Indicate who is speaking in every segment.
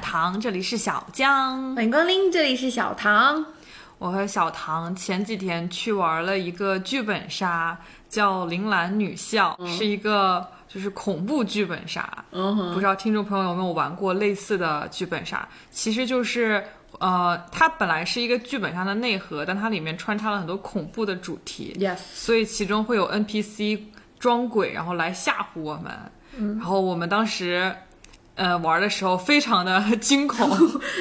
Speaker 1: 唐，这里是小江。
Speaker 2: 欢迎光临，这里是小唐。
Speaker 1: 我和小唐前几天去玩了一个剧本杀，叫《铃兰女校》，是一个就是恐怖剧本杀。
Speaker 2: 嗯哼，
Speaker 1: 不知道听众朋友有没有玩过类似的剧本杀？其实就是，呃，它本来是一个剧本杀的内核，但它里面穿插了很多恐怖的主题，
Speaker 2: Yes，
Speaker 1: 所以其中会有 NPC 装鬼，然后来吓唬我们。然后我们当时，呃，玩的时候非常的惊恐，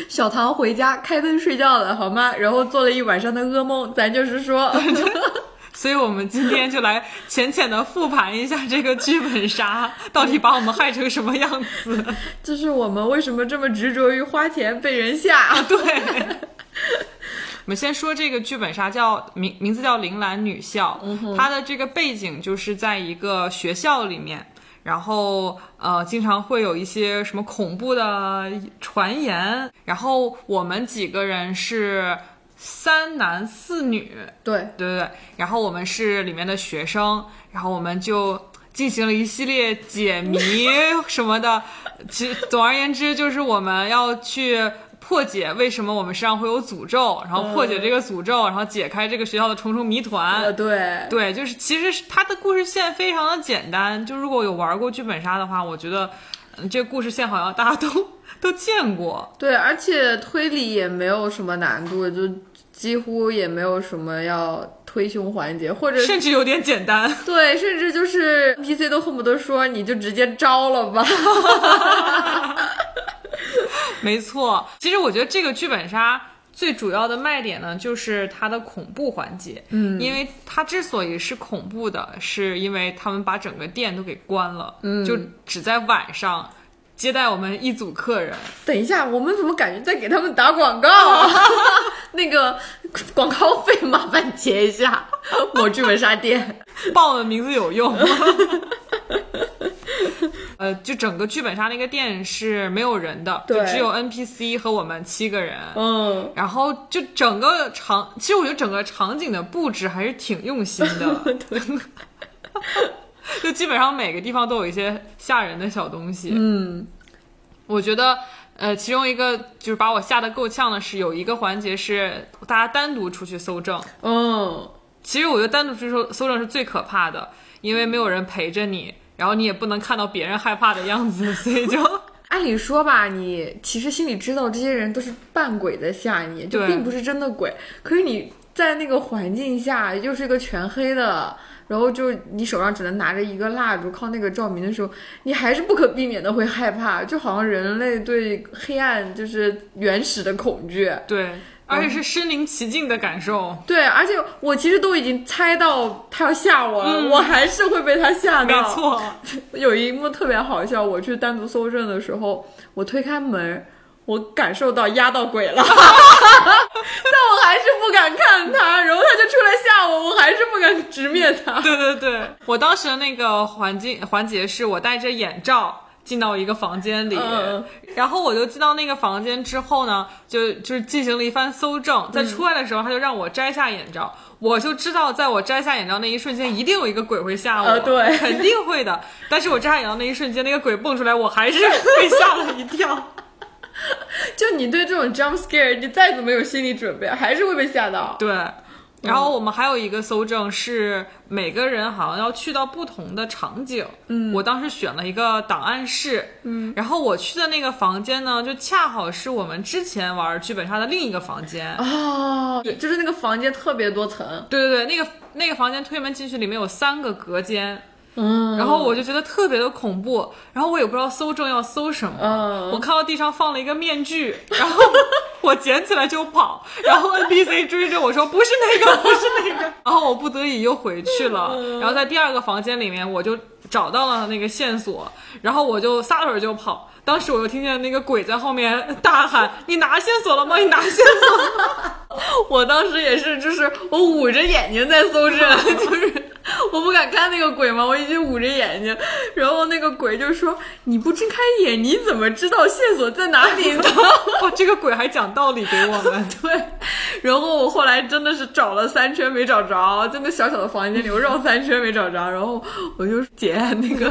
Speaker 2: 小唐回家开灯睡觉了，好吗？然后做了一晚上的噩梦，咱就是 说，
Speaker 1: 所以我们今天就来浅浅的复盘一下这个剧本 杀到底把我们害成什么样子。
Speaker 2: 这是我们为什么这么执着于花钱被人 吓。
Speaker 1: 对。 我们先说这个剧本杀叫名名字叫《铃兰女校》，它的这个背景就是在一个学校里面，然后呃，经常会有一些什么恐怖的传言，然后我们几个人是三男四女，
Speaker 2: 对，
Speaker 1: 对对对，然后我们是里面的学生，然后我们就进行了一系列解谜什么的。其实总而言之，就是我们要去。破解为什么我们身上会有诅咒，然后破解这个诅咒，然后解开这个学校的重重谜团。
Speaker 2: 呃，对，
Speaker 1: 对，就是其实是它的故事线非常的简单，就如果有玩过剧本杀的话，我觉得嗯这个故事线好像大家都 都见过。
Speaker 2: 对，而且推理也没有什么难度，就几乎也没有什么要推胸环节，或者
Speaker 1: 甚至有点简单，
Speaker 2: 对，甚至就是 NPC 都恨不得说你就直接招了吧。
Speaker 1: 没错，其实我觉得这个剧本杀最主要的卖点呢，就是它的恐怖环节。嗯，因为它之所以是恐怖的，是因为他们把整个店都给关了，嗯，就只在晚上接待我们一组客人。
Speaker 2: 等一下，我们怎么感觉在给他们打广告 啊？那个广告费麻烦结一下，某剧本杀店。
Speaker 1: 报的名字有用。 呃，就整个剧本杀那个店是没有人的，就
Speaker 2: 对
Speaker 1: 只有 NPC 和我们七个人。
Speaker 2: 嗯，
Speaker 1: 然后就整个场，其实我觉得整个场景的布置还是挺用心的， 就基本上每个地方都有一些吓人的小东西。嗯，我觉得呃，其中一个就是把我吓得够呛的是，有一个环节是大家单独出去搜证。
Speaker 2: 嗯，
Speaker 1: 其实我觉得单独出去搜搜证是最可怕的，因为没有人陪着你，然后你也不能看到别人害怕的样子，所以就
Speaker 2: 按理说吧，你其实心里知道这些人都是扮鬼在吓你，就
Speaker 1: 对
Speaker 2: 并不是真的鬼。可是你在那个环境下，又是一个全黑的，然后就你手上只能拿着一个蜡烛靠那个照明的时候，你还是不可避免的会害怕，就好像人类对黑暗就是原始的恐惧。
Speaker 1: 对，而且是身临其境的感受。
Speaker 2: 对，而且我其实都已经猜到他要吓我了，我还是会被他吓
Speaker 1: 嗯没
Speaker 2: 到。
Speaker 1: 错，
Speaker 2: 有一幕特别好笑，我去单独搜证的时候，我推开门，我感受到压到鬼了，但 我还是不敢看他，然后他就出来吓我，我还是不敢直面他。
Speaker 1: 对对对，我当时的那个环境环节是我戴着眼罩。进到一个房间里，
Speaker 2: 嗯
Speaker 1: 然后我就进到那个房间之后呢，就就是进行了一番搜证，在出来的时候，他就让我摘下眼罩，我就知道，在我摘下眼罩那一瞬间，一定有一个鬼会吓我，
Speaker 2: 呃对
Speaker 1: 肯定会的。但是我摘下眼罩那一瞬间，那个鬼蹦出来，我还是 被吓了一跳。
Speaker 2: 就你对这种 jump scare，你再怎么有心理准备，还是会被吓到。
Speaker 1: 对，然后我们还有一个搜证是每个人好像要去到不同的场景。嗯，我当时选了一个档案室，嗯，然后我去的那个房间呢，就恰好是我们之前玩剧本杀的另一个房间。
Speaker 2: 哦，就是那个房间特别多层，
Speaker 1: 对对对，那个那个房间推门进去，里面有三个隔间，
Speaker 2: 嗯，
Speaker 1: 然后我就觉得特别的恐怖，然后我也不知道搜证要搜什么，
Speaker 2: 嗯
Speaker 1: 我看到地上放了一个面具，然后我捡起来就跑，然后 NPC 追着我说不是那个，不是那个，然后我不得已又回去了，
Speaker 2: 嗯
Speaker 1: 然后在第二个房间里面我就找到了那个线索，然后我就撒腿就跑，当时我就听见那个鬼在后面大喊：“你拿线索了吗？你拿线索了吗。”
Speaker 2: 我当时也是，就是我捂着眼睛在搜证，就是我不敢看那个鬼嘛，我已经捂着眼睛。然后那个鬼就说：“你不睁开眼，你怎么知道线索在哪里呢
Speaker 1: 哇，这个鬼还讲道理给我们？”
Speaker 2: 对。然后我后来真的是找了三圈没找着，在那小小的房间里我绕三圈没找着。然后我就姐那个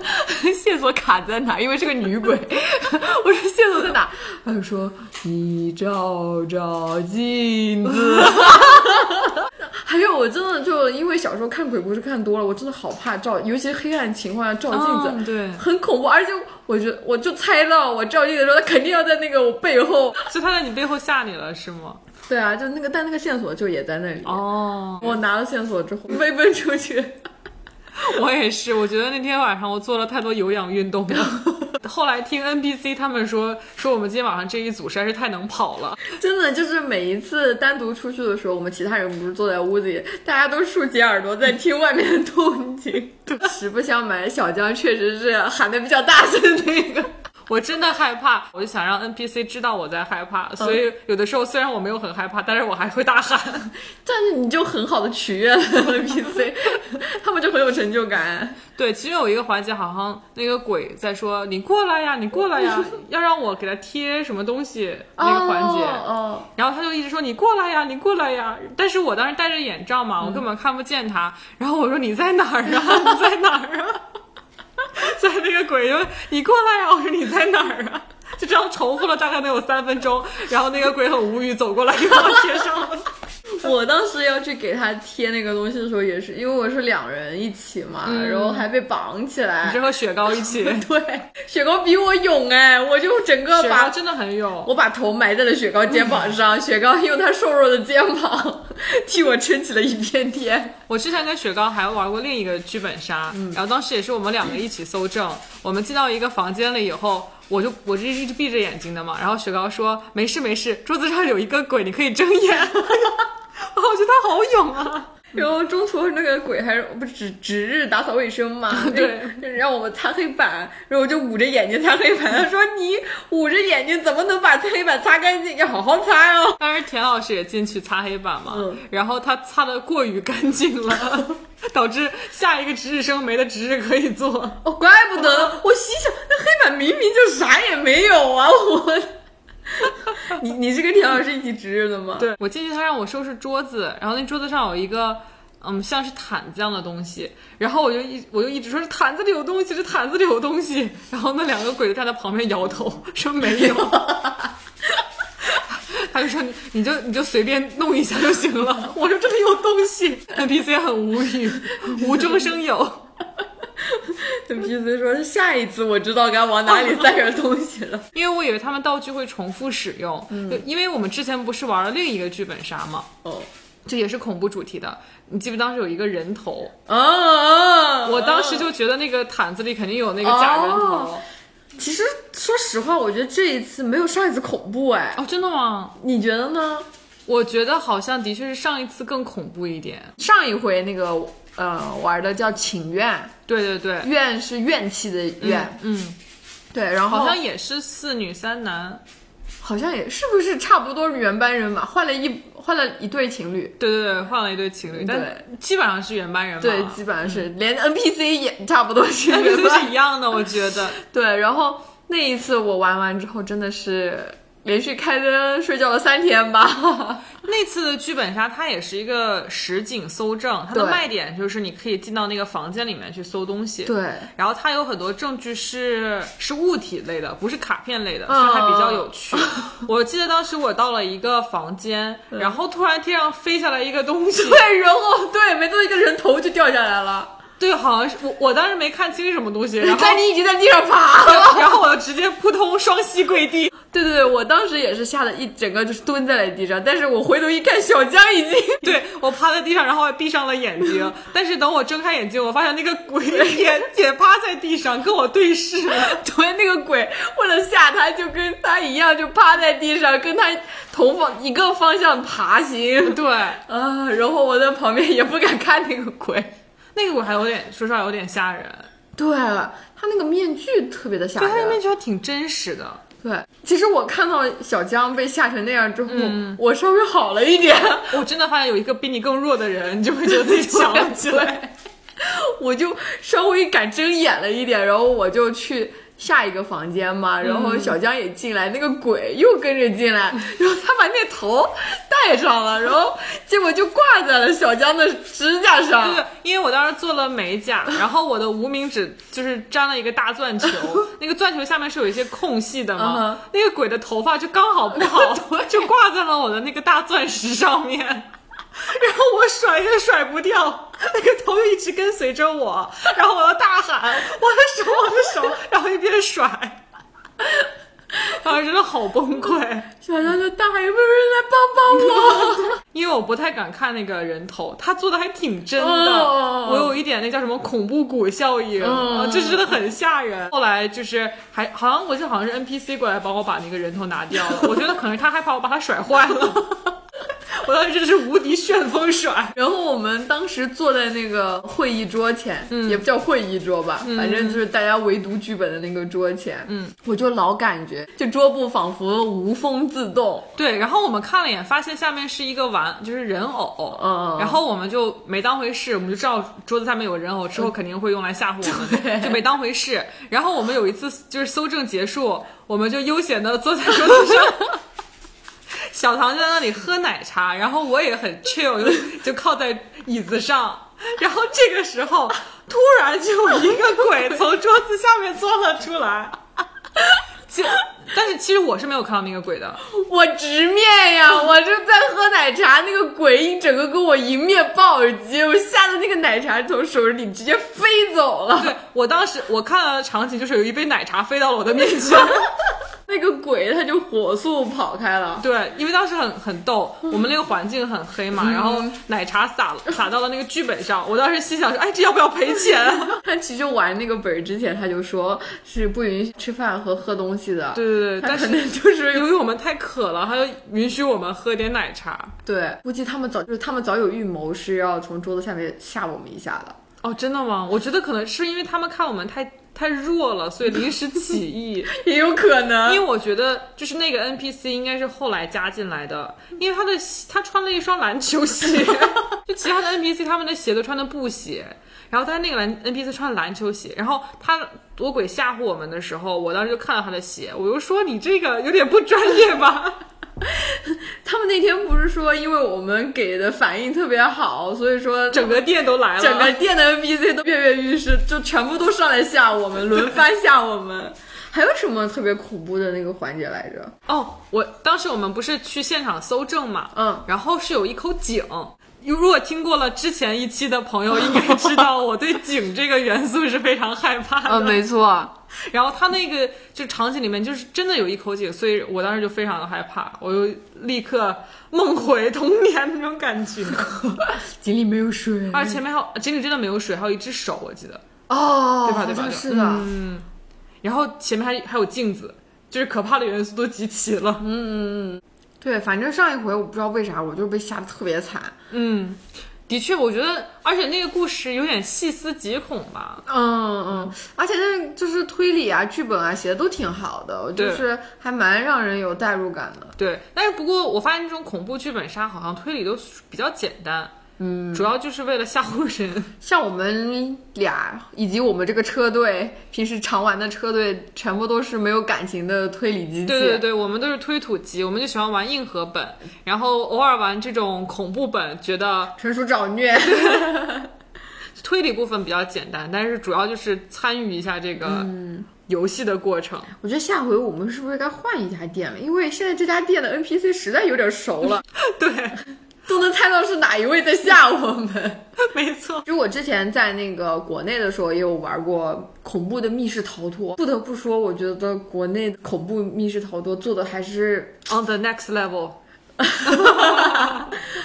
Speaker 2: 线索卡在哪？因为是个女鬼， 我说线索在哪？她就说：“你照照镜子。”还有，我真的就因为小时候看鬼故事看多了，我真的好怕照，尤其是黑暗情况下照镜子，
Speaker 1: 嗯对
Speaker 2: 很恐怖。而且我觉得，我就猜到我照镜子的时候，他肯定要在那个我背后。
Speaker 1: 所以他在你背后吓你了是吗？
Speaker 2: 对啊，就那个，但那个线索就也在那里。
Speaker 1: 哦，
Speaker 2: 我拿到线索之后飞奔出去，
Speaker 1: 我也是，我觉得那天晚上我做了太多有氧运动 了。后来听 NBC 他们说，说我们今天晚上这一组实在是太能跑了，
Speaker 2: 真的就是每一次单独出去的时候，我们其他人不是坐在屋子里，大家都竖起耳朵在听外面的动静。实不相瞒，小江确实是喊的比较大声的那 个。
Speaker 1: 我真的害怕，我就想让 NPC 知道我在害怕，所
Speaker 2: 嗯
Speaker 1: 以有的时候虽然我没有很害怕，但是我还会大喊。
Speaker 2: 但是你就很好的取悦了 NPC，他们就很有成就感。
Speaker 1: 对，其实有一个环节，好像那个鬼在说“你过来呀，你过来呀”，要让我给他贴什么东西那个环节，
Speaker 2: 哦，
Speaker 1: 然后他就一直说“你过来呀，你过来呀”，但是我当时戴着眼罩嘛，我根本看不见他。然后我说：“你在哪儿啊？ 你在哪儿啊？” 所以那个鬼就“你过来呀”，我说：“你在哪儿啊？”就这样重复了大概能有三分钟，然后那个鬼很无语走过来给我贴上了。
Speaker 2: 我当时要去给他贴那个东西的时候，也是因为我是两人一起嘛，然后还被绑起
Speaker 1: 是
Speaker 2: 来。
Speaker 1: 和雪糕一起，
Speaker 2: 对，雪糕比我勇哎，我就整个
Speaker 1: 雪糕
Speaker 2: 把
Speaker 1: 真的很勇。
Speaker 2: 我把头埋在了雪糕肩 膀上，雪糕用他瘦弱的肩膀替我撑起了一片天。
Speaker 1: 我之前跟雪糕还玩过另一个剧本杀，然后当时也是我们两个一起搜证，我们进到一个房间里以后。我就我是一直闭着眼睛的嘛，然后雪糕说没事没事，桌子上有一个鬼，你可以睁眼。 然后我觉得他好勇啊！，
Speaker 2: 然后中途那个鬼还是不是值值日打扫卫生嘛
Speaker 1: 对
Speaker 2: 就，就让我们擦黑板，然后我就捂着眼睛擦黑板。他说：“你捂着眼睛怎么能把黑板擦干净？要好好擦哦。
Speaker 1: 当时田老师也进去擦黑板嘛，
Speaker 2: 嗯
Speaker 1: 然后他擦的过于干净了，导致下一个值日生没得值日可以做。”
Speaker 2: 哦，怪不得我心想，那黑板明明就啥也没有啊！我， 你你是跟田老师一起值日的吗？，
Speaker 1: 对我进去，他让我收拾桌子，然后那桌子上有一个。嗯，像是毯子一样的东西，然后我就一我就一直说是毯子里有东西，是毯子里有东西，然后那两个鬼就站在旁边摇头说没有， 他就说你你就你就随便弄一下就行了，我说这里有东西，NPC 很无语，无中生有。
Speaker 2: 跟 PC 说下一次我知道该往哪里塞点东西了。
Speaker 1: 因为我以为他们道具会重复使用，就因为我们之前不是玩了另一个剧本杀吗？
Speaker 2: 哦，
Speaker 1: 这也是恐怖主题的，你记不？当时有一个人头，
Speaker 2: 啊啊！
Speaker 1: 我当
Speaker 2: 就。
Speaker 1: 时就觉得那个毯子里肯定有那个假人头。
Speaker 2: 哦
Speaker 1: 哦
Speaker 2: 其实说实话，我觉得这一次没有上一次恐怖哎，
Speaker 1: 哦真的吗？
Speaker 2: 你觉得呢？
Speaker 1: 我觉得好像的确是上一次更恐怖一点。
Speaker 2: 上一回那个呃玩的叫请愿，
Speaker 1: 对对对，
Speaker 2: 愿是怨气的怨，
Speaker 1: 嗯，
Speaker 2: 对，然后
Speaker 1: 好像也是四女三男。
Speaker 2: 好像也是不是差不多原班人马，换了一换了一对情侣，
Speaker 1: 对对对，换了一对情侣，
Speaker 2: 对
Speaker 1: 但基本上是原班人马。
Speaker 2: 对，基本上是连 NPC 也差不多是
Speaker 1: 那
Speaker 2: 原
Speaker 1: 个
Speaker 2: 班
Speaker 1: 是一样的，我觉得。
Speaker 2: 对，然后那一次我玩完之后真的是连续开灯睡觉了三天吧，
Speaker 1: 那次的剧本杀，它也是一个实景搜证，它的
Speaker 2: 对
Speaker 1: 卖点就是你可以进到那个房间里面去搜东西。
Speaker 2: 对，
Speaker 1: 然后它有很多证据是是物体类的，不是卡片类的，
Speaker 2: 嗯
Speaker 1: 所以还比较有趣。我记得当时我到了一个房间，然后突然天上飞下来一个东 西，
Speaker 2: 对，然后对，没多一个人头就掉下来了。
Speaker 1: 对，好像是我我当时没看清是什么东西，然后
Speaker 2: 但你已经在地上爬了。
Speaker 1: 然后我就直接扑通双膝跪地，
Speaker 2: 对对对，我当时也是吓得一整个就是蹲在了地上，但是我回头一看，小江已经
Speaker 1: 对我趴在地上，然后还闭上了眼 睛。但是等我睁开眼睛，我发现那个 鬼也也趴在地上跟我对 视了。
Speaker 2: 对那个鬼，为了吓他，就跟他一样，就趴在地上，跟他同方一个方向爬行。
Speaker 1: 对，
Speaker 2: 啊，然后我在旁边也不敢看那个鬼。
Speaker 1: 那个鬼还有点，说实话有点吓人，
Speaker 2: 对他那个面具特别的吓
Speaker 1: 对，他那
Speaker 2: 人
Speaker 1: 边。觉得挺真实的。
Speaker 2: 对，其实我看到小江被吓成那样之后，
Speaker 1: 嗯
Speaker 2: 我稍微好了一点。
Speaker 1: 我真的发现有一个比你更弱的人，你就会觉得自己强了起来。
Speaker 2: 我就稍微敢睁眼了一点，然后我就去下一个房间
Speaker 1: 嗯
Speaker 2: 嘛，然后小江也进来，那个鬼又跟着进来，然后他把那头戴上 了，然后结果就挂在了小江的指甲上
Speaker 1: 对，对，因为我当时做了美甲，然后我的无名指就是粘了一个大钻球，那个钻球下面是有一些空隙的
Speaker 2: 嗯
Speaker 1: 嘛那个鬼的头发就刚好不好， 就挂在了我的那个大钻石上面，然后我甩也甩不掉，那个头就一直跟随着我，然后我要大喊我的手我的手，然后一边甩， 当时真的好崩溃。
Speaker 2: 小江就大喊有没有人来帮帮我？
Speaker 1: 因为我不太敢看那个人头，他做的还挺真的，
Speaker 2: 哦
Speaker 1: 我有一点那叫什么恐怖谷效应，
Speaker 2: 嗯
Speaker 1: 啊这真的很吓人。后来就是还好像我记得好像是 NPC 过来帮我把那个人头拿掉了，我觉得可能他害怕我把他甩坏 了，我当时真的是无敌旋风甩。
Speaker 2: 然后我们当时坐在那个会议桌前，也不叫会议桌吧，反正就是大家围读剧本的那个桌前。嗯，我就老感觉这桌布仿佛无风自动。
Speaker 1: 对，然后我们看了一眼，发现下面是一个玩，就是人偶，
Speaker 2: 嗯
Speaker 1: 然后我们就没当回事，我们就知道桌子下面有人偶，之后肯定会用来吓唬 我们，就没当回事。然后我们有一次就是搜证结束，我们就悠闲的坐在桌子上。 小唐就在那里喝奶茶，然后我也很 chill，就 就靠在椅子上。然后这个时候，突然就有一个鬼从桌子下面钻了出来。其但是其实我是没有看到那个鬼的，
Speaker 2: 我直面呀，我就在喝奶茶，那个鬼一整个跟我迎面抱而接，我吓得那个奶茶从手里直接飞走 了。
Speaker 1: 对我当时我看到的场景就是有一杯奶茶飞到了我的面 前。
Speaker 2: 那个鬼他就火速跑开了。
Speaker 1: 对，因为当时很很逗，我们那个环境很黑嘛，然
Speaker 2: 嗯
Speaker 1: 后奶茶洒了洒到了那个剧本上，我当时心想说，哎，这要不要赔钱 啊？
Speaker 2: 他其实玩那个本儿之前，他就说是不允许吃饭和喝东西的。
Speaker 1: 对对对，
Speaker 2: 他
Speaker 1: 但
Speaker 2: 可
Speaker 1: 是。
Speaker 2: 能就是
Speaker 1: 由于我们太渴了，他就允许我们喝点奶茶。
Speaker 2: 对，估计他们早就是他们早有预谋，是要从桌子下面吓我们一下的。
Speaker 1: 哦，真的吗？我觉得可能是因为他们看我们太太弱了，所以临时起意。
Speaker 2: 也有可能
Speaker 1: 因为我觉得就是那个 NPC 应该是后来加进来的，因为他的他穿了一双篮球 鞋，就其他的 NPC 他们的鞋都穿的布鞋，然后他那个篮 NPC 穿篮球鞋，然后他躲鬼吓唬我们的时候，我当时就看到他的鞋，我就说你这个有点不专业 吧。
Speaker 2: 他们那天不是说，因为我们给的反应特别好，所以 说
Speaker 1: 整个店都来了，
Speaker 2: 整个店的 NPC 都跃跃欲试，就全部都上来吓我们，轮番吓我们。 还有什么特别恐怖的那个环节来着？
Speaker 1: 哦，我当时我们不是去现场搜证嘛，
Speaker 2: 嗯，
Speaker 1: 然后是有一口井。如果听过了之前一期的朋友，应该知道我对井这个元素是非常害怕 的。
Speaker 2: 没错，
Speaker 1: 然后他那个就场景里面就是真的有一口井，所以我当时就非常的害怕，我就立刻梦回童年那种感觉。
Speaker 2: 井里没有水，
Speaker 1: 而且前面还有井里真的没有水，还有一只手，我记得。
Speaker 2: 哦，
Speaker 1: 对吧对吧嗯
Speaker 2: 好像是
Speaker 1: 对
Speaker 2: 的，
Speaker 1: 然后前面还还有镜子，就是可怕的元素都集齐了。
Speaker 2: 对，反正上一回我不知道为啥，我就是被吓得特别惨。
Speaker 1: 嗯，的确，我觉得，而且那个故事有点细思极恐吧。
Speaker 2: 嗯嗯，而且那就是推理啊、剧本啊写的都挺好的，就
Speaker 1: 对
Speaker 2: 是还蛮让人有代入感的。
Speaker 1: 对，但是不过我发现这种恐怖剧本杀好像推理都比较简单，嗯，主要就是为了吓唬人。
Speaker 2: 像我们俩以及我们这个车队，平时常玩的车队，全部都是没有感情的推理机器。
Speaker 1: 对对对，我们都是推土机，我们就喜欢玩硬核本，然后偶尔玩这种恐怖本，觉得
Speaker 2: 纯属找虐。
Speaker 1: 推理部分比较简单，但是主要就是参与一下这个游戏的过程。
Speaker 2: 我觉得下回我们是不是该换一家店了？因为现在这家店的 NPC 实在有点熟了，
Speaker 1: 对，
Speaker 2: 都能猜到是哪一位在吓我们。
Speaker 1: 没错。
Speaker 2: 就我之前在那个国内的时候，也有玩过恐怖的密室逃脱。不得不说，我觉得国内恐怖密室逃脱做的还是
Speaker 1: On the next level，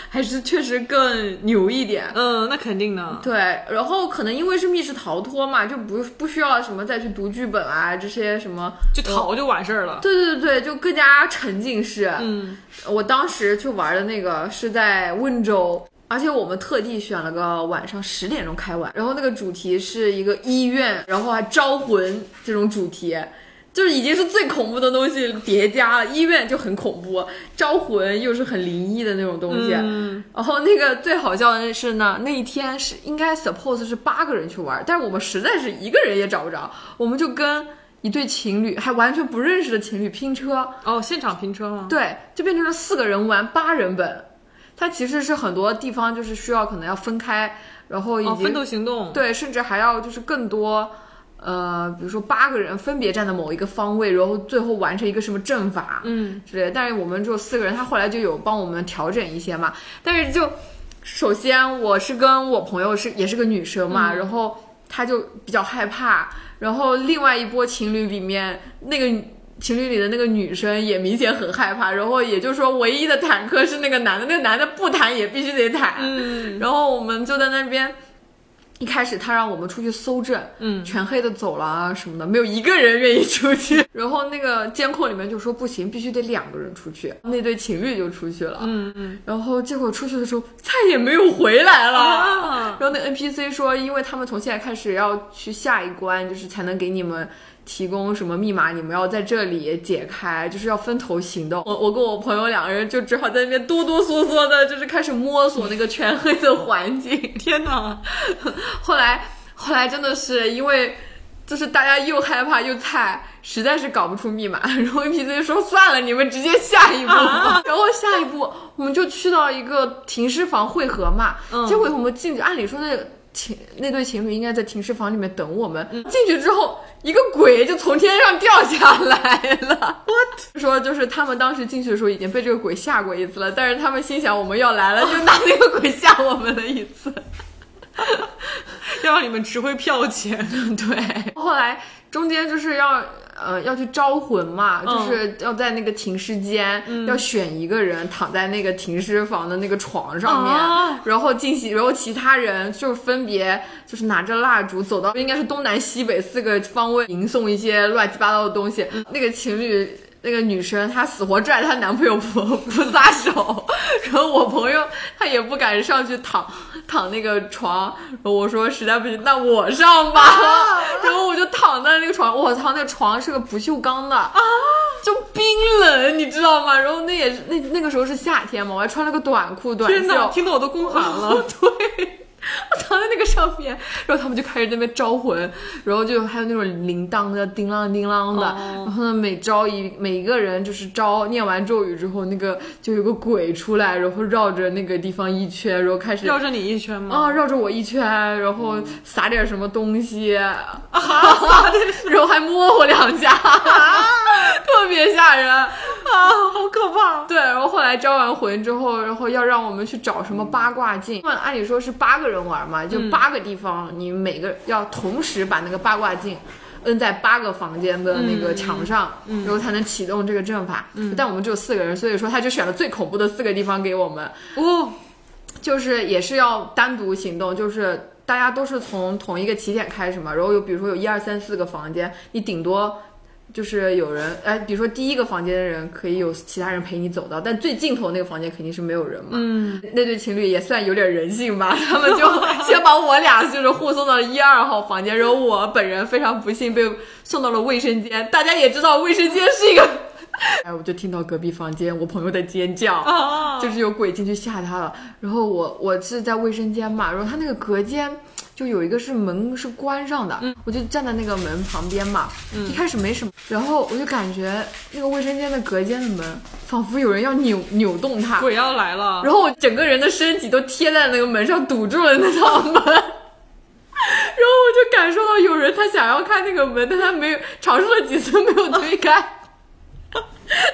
Speaker 2: 还是确实更牛一点。
Speaker 1: 嗯，那肯定的。
Speaker 2: 对，然后可能因为是密室逃脱嘛，就不不需要什么再去读剧本啊这些什么。
Speaker 1: 就逃就完事儿了。
Speaker 2: 对对对对，就更加沉浸式。
Speaker 1: 嗯，
Speaker 2: 我当时去玩的那个是在温州。而且我们特地选了个晚上十点钟开玩，然后那个主题是一个医院，然后还招魂这种主题，就是已经是最恐怖的东西叠加了。医院就很恐怖，招魂又是很灵异的那种东西。
Speaker 1: 嗯
Speaker 2: 然后那个最好笑的是呢，那一天是应该 suppose 是八个人去玩，但是我们实在是一个人也找不着，我们就跟一对情侣还完全不认识的情侣拼车，
Speaker 1: 哦，现场拼车吗？
Speaker 2: 对，就变成了四个人玩八人本。它其实是很多地方就是需要可能要分开，然后以
Speaker 1: 哦，
Speaker 2: 及、
Speaker 1: 奋斗行动。
Speaker 2: 对，甚至还要就是更多，呃，比如说八个人分别站在某一个方位，然后最后完成一个什么阵法，
Speaker 1: 嗯，
Speaker 2: 之类的。但是我们只有四个人，他后来就有帮我们调整一些嘛。但是就首先我是跟我朋友是也是个女生嘛，
Speaker 1: 嗯
Speaker 2: 然后她就比较害怕，然后另外一波情侣里面那个。情侣里的那个女生也明显很害怕，然后也就是说，唯一的坦克是那个男的，那个男的不坦也必须得坦。
Speaker 1: 嗯
Speaker 2: 然后我们就在那边，一开始他让我们出去搜证，
Speaker 1: 嗯
Speaker 2: 全黑的走廊啊什么的，没有一个人愿意出去。 然后那个监控里面就说不行，必须得两个人出去。那对情侣就出去了，
Speaker 1: 嗯嗯
Speaker 2: 然后结果出去的时候再也没有回来了。
Speaker 1: 啊，
Speaker 2: 然后那 NPC 说，因为他们从现在开始要去下一关，就是才能给你们提供什么密码，你们要在这里解开，就是要分头行动。我我跟我朋友两个人就只好在那边哆哆嗦嗦的，就是开始摸索那个全黑的环境。
Speaker 1: 天哪！
Speaker 2: 后来后来真的是因为。就是大家又害怕又菜，实在是搞不出密码。 然后 NPC 说算了，你们直接下一步。
Speaker 1: 啊
Speaker 2: 然后下一步我们就去到一个停尸房汇合嘛。
Speaker 1: 嗯
Speaker 2: 结果我们进去，按理说那个情那对情侣应该在停尸房里面等我们。
Speaker 1: 嗯
Speaker 2: 进去之后，一个鬼就从天上掉下来了。What？说就是他们当时进去的时候已经被这个鬼吓过一次了，但是他们心想我们要来了，就拿那个鬼吓我们了一次。
Speaker 1: 要让你们值回票钱。
Speaker 2: 对，后来中间就是要呃要去招魂嘛，
Speaker 1: 嗯
Speaker 2: 就是要在那个停尸间、要选一个人躺在那个停尸房的那个床上面，
Speaker 1: 啊
Speaker 2: 然后进行，然后其他人就分别就是拿着蜡烛走到应该是东南西北四个方位吟诵一些乱七八糟的东西，那个情侣。那个女生她死活拽她男朋友不不撒手， 然后我朋友他也不敢上去躺躺那个床，然后我说实在不行，那我上吧， 然后我就躺在那个床，我操，那个床是个不锈钢的啊，就冰冷，你知道吗？然后那也是那那个时候是夏天嘛，我还穿了个短裤短
Speaker 1: 天哪！
Speaker 2: 袖，
Speaker 1: 听得我都宫寒了。
Speaker 2: 我躺在那个上面，然后他们就开始在那边招魂，然后就还有那种铃铛的叮啷叮啷的，
Speaker 1: 哦
Speaker 2: 然后呢每招一每一个人就是招念完咒语之后，那个就有个鬼出来，然后绕着那个地方一圈，然后开始
Speaker 1: 绕着你一圈吗？
Speaker 2: 啊绕着我一圈，然后撒点什么东西，
Speaker 1: 啊，对
Speaker 2: 然后还摸我两下， 特别吓人。
Speaker 1: 啊，好可怕！
Speaker 2: 对，然后后来招完魂之后，然后要让我们去找什么八卦镜。那按理说是八个人玩嘛，就八个地方，你每个要同时把那个八卦镜摁在八个房间的那个墙上，然后才能启动这个阵法。但我们只有四个人，所以说他就选了最恐怖的四个地方给我们，
Speaker 1: 哦，
Speaker 2: 就是也是要单独行动，就是。大家都是从同一个起点开始嘛，然后有比如说有一二三四个房间，你顶多就是有人，哎，比如说第一个房间的人可以有其他人陪你走到，但最尽头那个房间肯定是没有人嘛。
Speaker 1: 嗯，
Speaker 2: 那对情侣也算有点人性吧，他们就先把我俩就是护送到一二号房间，然后我本人非常不幸被送到了卫生间。大家也知道卫生间是一个，哎，我就听到隔壁房间我朋友在尖叫。
Speaker 1: 啊，
Speaker 2: 就是有鬼进去吓他了。然后我我是在卫生间嘛，然后他那个隔间就有一个是门是关上的，我就站在那个门旁边嘛，一开始没什么，然后我就感觉那个卫生间的隔间的门仿佛有人要扭扭动它，
Speaker 1: 鬼要来了。
Speaker 2: 然后我整个人的身体都贴在那个门上，堵住了那道门。 然后我就感受到有人他想要看那个门，但他没有尝试了几次没有推开，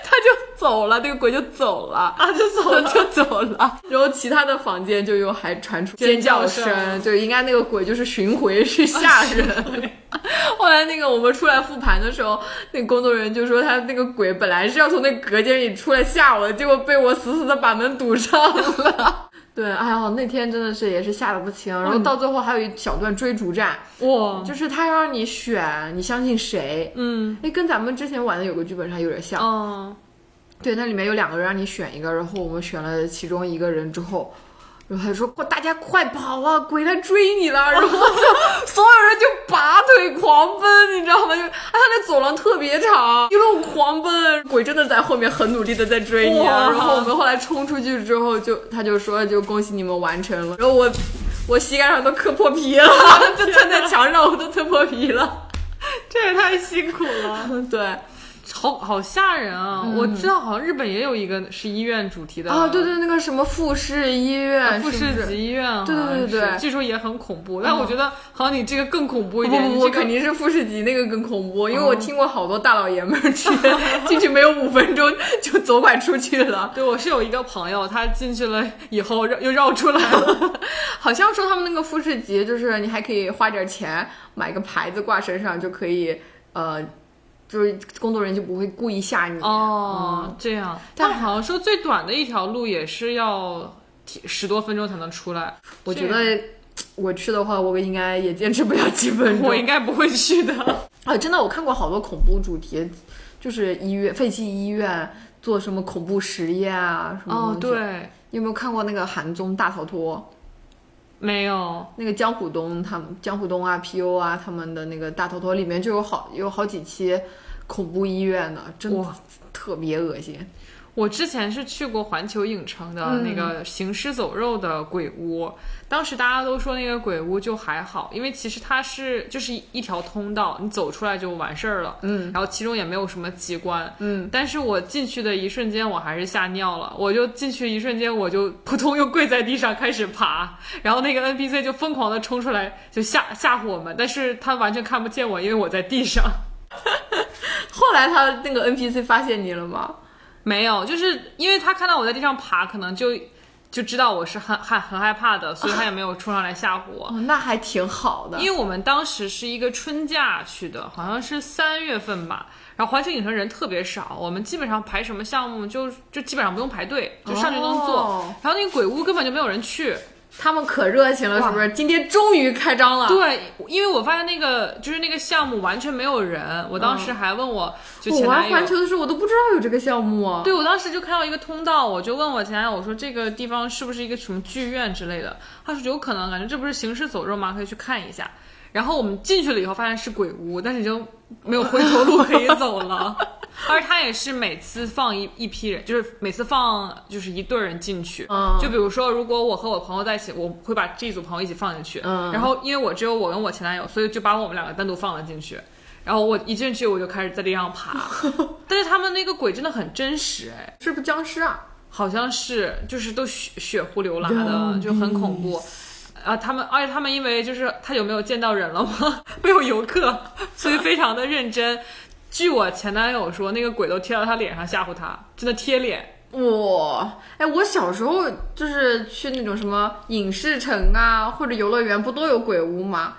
Speaker 2: 他就走了，那个鬼就走了啊，就走了，就走 了。啊然后其他的房间就又还传出
Speaker 1: 尖
Speaker 2: 尖叫
Speaker 1: 叫
Speaker 2: 声，
Speaker 1: 声啊
Speaker 2: 就应该那个鬼就是巡回去吓人。 后来那个我们出来复盘的时候，那个工作人员就说他那个鬼本来是要从那个隔间里出来吓我的，结果被我死死的把门堵上了。 对，哎呦，那天真的是也是吓得不轻，
Speaker 1: 嗯
Speaker 2: 然后到最后还有一小段追逐战，
Speaker 1: 哇，
Speaker 2: 就是他要让你选，你相信谁？
Speaker 1: 嗯，
Speaker 2: 哎，跟咱们之前玩的有个剧本杀有点像。
Speaker 1: 哦，
Speaker 2: 对，那里面有两个人让你选一个，然后我们选了其中一个人之后，然后他说：“快，大家快跑啊，鬼来追你了！”然后就 所有人就拔腿狂奔，你知道吗？就哎，他那走廊特别长，一路狂奔，鬼真的在后面很努力的在追你啊。
Speaker 1: 哇
Speaker 2: 然后我们后来冲出去之后就，他就说：“就恭喜你们完成了。”然后我我膝盖上都磕破皮了， 就蹭在墙上我都蹭破皮了。
Speaker 1: 这也太辛苦了，
Speaker 2: 对。
Speaker 1: 好好吓人啊！我知道，好像日本也有一个是医院主题的
Speaker 2: 嗯啊，对对，那个什么富士医院，
Speaker 1: 啊富
Speaker 2: 是不
Speaker 1: 士
Speaker 2: 是
Speaker 1: 急医院，
Speaker 2: 对对对对
Speaker 1: 好像是
Speaker 2: 对
Speaker 1: 据说也很恐怖，但我觉得好像你这个更恐怖一
Speaker 2: 不
Speaker 1: 点，
Speaker 2: 不
Speaker 1: 你
Speaker 2: 不，
Speaker 1: 这个
Speaker 2: 肯定是富士急那个更恐怖，因为我听过好多大老爷们儿去进去没有五分钟就走拐出去了，
Speaker 1: 对，我是有一个朋友，他进去了以后绕又绕出来 了。
Speaker 2: 好像说他们那个富士急就是你还可以花点钱买个牌子挂身上就可以，呃，就是工作人员就不会故意吓你。
Speaker 1: 哦，这样。但好像说最短的一条路也是要几十多分钟才能出来。
Speaker 2: 我觉
Speaker 1: 这样
Speaker 2: 得我去的话，我应该也坚持不了几分钟
Speaker 1: 我。应该不会去 的。
Speaker 2: 啊，真的，我看过好多恐怖主题，就是医院废弃医院做什么恐怖实验啊什么
Speaker 1: 哦，
Speaker 2: 东西。
Speaker 1: 对，
Speaker 2: 你有没有看过那个韩综大逃脱？
Speaker 1: 没有。
Speaker 2: 那个江虎东他们江虎东啊、PO 啊他们的那个大逃脱里面就有好有好几期恐怖医院的，真的
Speaker 1: 哇
Speaker 2: 特别恶心。
Speaker 1: 我之前是去过环球影城的
Speaker 2: 嗯
Speaker 1: 那个行尸走肉的鬼屋，当时大家都说那个鬼屋就还好，因为其实它是就是一一条通道，你走出来就完事儿了，
Speaker 2: 嗯，
Speaker 1: 然后其中也没有什么奇观，
Speaker 2: 嗯，
Speaker 1: 但是我进去的一瞬间我还是吓尿了，我就进去一瞬间我就扑通又跪在地上开始爬，然后那个 NPC 就疯狂的冲出来就吓吓唬我们，但是他完全看不见我，因为我在地上。
Speaker 2: 后来他那个 NPC 发现你了吗？
Speaker 1: 没有，就是因为他看到我在地上爬，可能就就知道我是很很很害怕的，所以他也没有冲上来吓唬我。
Speaker 2: 哦，那还挺好的。
Speaker 1: 因为我们当时是一个春假去的，好像是三月份吧。然后环球影城人特别少，我们基本上排什么项目就就基本上不用排队，就上去就能坐。
Speaker 2: 哦
Speaker 1: 然后那个鬼屋根本就没有人去。
Speaker 2: 他们可热情了，是不是？今天终于开张了。
Speaker 1: 对，因为我发现那个就是那个项目完全没有人，我当时还问我就前
Speaker 2: 我
Speaker 1: 男
Speaker 2: 玩
Speaker 1: 友，
Speaker 2: 环球的时候，我都不知道有这个项目啊。
Speaker 1: 对，我当时就看到一个通道，我就问我前男友，我说这个地方是不是一个什么剧院之类的？他说有可能，感觉这不是行尸走肉吗？可以去看一下。然后我们进去了以后，发现是鬼屋，但是已经没有回头路可以走了。 而他也是每次放一一批人，就是每次放就是一对儿人进去。
Speaker 2: 嗯
Speaker 1: 就比如说，如果我和我朋友在一起，我会把这一组朋友一起放进去。
Speaker 2: 嗯
Speaker 1: 然后因为我只有我跟我前男友，所以就把我们两个单独放了进去。然后我一进去，我就开始在地上 爬。但是他们那个鬼真的很真实，哎，
Speaker 2: 是不是僵尸啊？
Speaker 1: 好像是就是都血血糊流拉的，就很恐怖。啊，他们而且他们因为就是他有没有见到人了吗？没有游客，所以非常的认真。据我前男友说，那个鬼都贴到他脸上吓唬他，真的贴脸。
Speaker 2: 哇，哎，我小时候就是去那种什么影视城啊，或者游乐园，不都有鬼屋吗？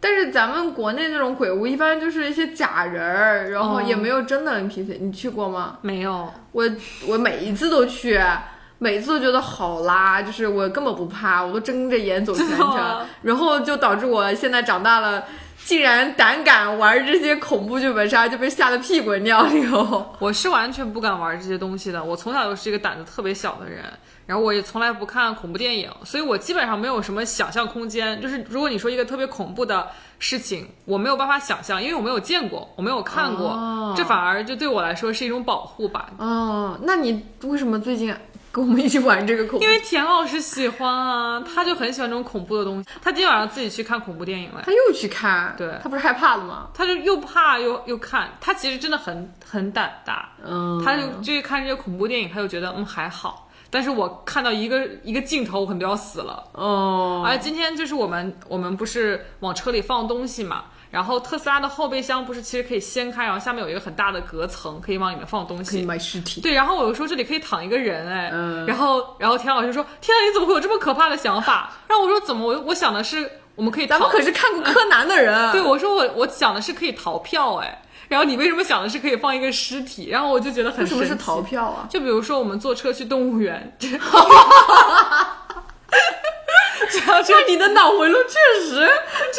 Speaker 2: 但是咱们国内那种鬼屋，一般就是一些假人儿，然后
Speaker 1: 哦
Speaker 2: 也没有真的 NPC、你去过吗？
Speaker 1: 没有，
Speaker 2: 我我每一次都去，每一次都觉得好拉，就是我根本不怕，我都睁着眼走全
Speaker 1: 真的吗
Speaker 2: 程，然后就导致我现在长大了，竟然胆敢玩这些恐怖剧本杀，就被吓得屁滚尿流。
Speaker 1: 我是完全不敢玩这些东西的。我从小就是一个胆子特别小的人，然后我也从来不看恐怖电影，所以我基本上没有什么想象空间。就是如果你说一个特别恐怖的事情，我没有办法想象，因为我没有见过，我没有看过，
Speaker 2: 哦
Speaker 1: 这反而就对我来说是一种保护吧。
Speaker 2: 哦，那你为什么最近跟我们一起玩这个恐怖？
Speaker 1: 因为田老师喜欢啊，他就很喜欢这种恐怖的东西。他今天晚上自己去看恐怖电影了，
Speaker 2: 他又去看，
Speaker 1: 对
Speaker 2: 他不是害怕了吗？
Speaker 1: 他就又怕又又看。他其实真的很很胆大，
Speaker 2: 嗯，
Speaker 1: 他就就是看这些恐怖电影，他就觉得嗯还好。但是我看到一个一个镜头，我可能都要死了。
Speaker 2: 哦，
Speaker 1: 而今天就是我们我们不是往车里放东西嘛，然后特斯拉的后备箱不是其实可以掀开，然后下面有一个很大的隔层，可以往里面放东
Speaker 2: 可以
Speaker 1: 西。
Speaker 2: 买尸体。
Speaker 1: 对，然后我就说这里可以躺一个人，哎，
Speaker 2: 嗯
Speaker 1: 然后然后田老师说：“天啊，你怎么会有这么可怕的想法？”然后我说：“怎么？我我想的是我们可以
Speaker 2: 咱
Speaker 1: 逃。”
Speaker 2: 们可是看过柯南的人，啊
Speaker 1: 对，，我说我我想的是可以逃票，哎，然后你为什么想的是可以放一个尸体？然后我就觉得很
Speaker 2: 为什么是
Speaker 1: 神奇
Speaker 2: 逃票啊？
Speaker 1: 就比如说我们坐车去动物园， 这这辆车
Speaker 2: 那你的脑回路确实，
Speaker 1: 这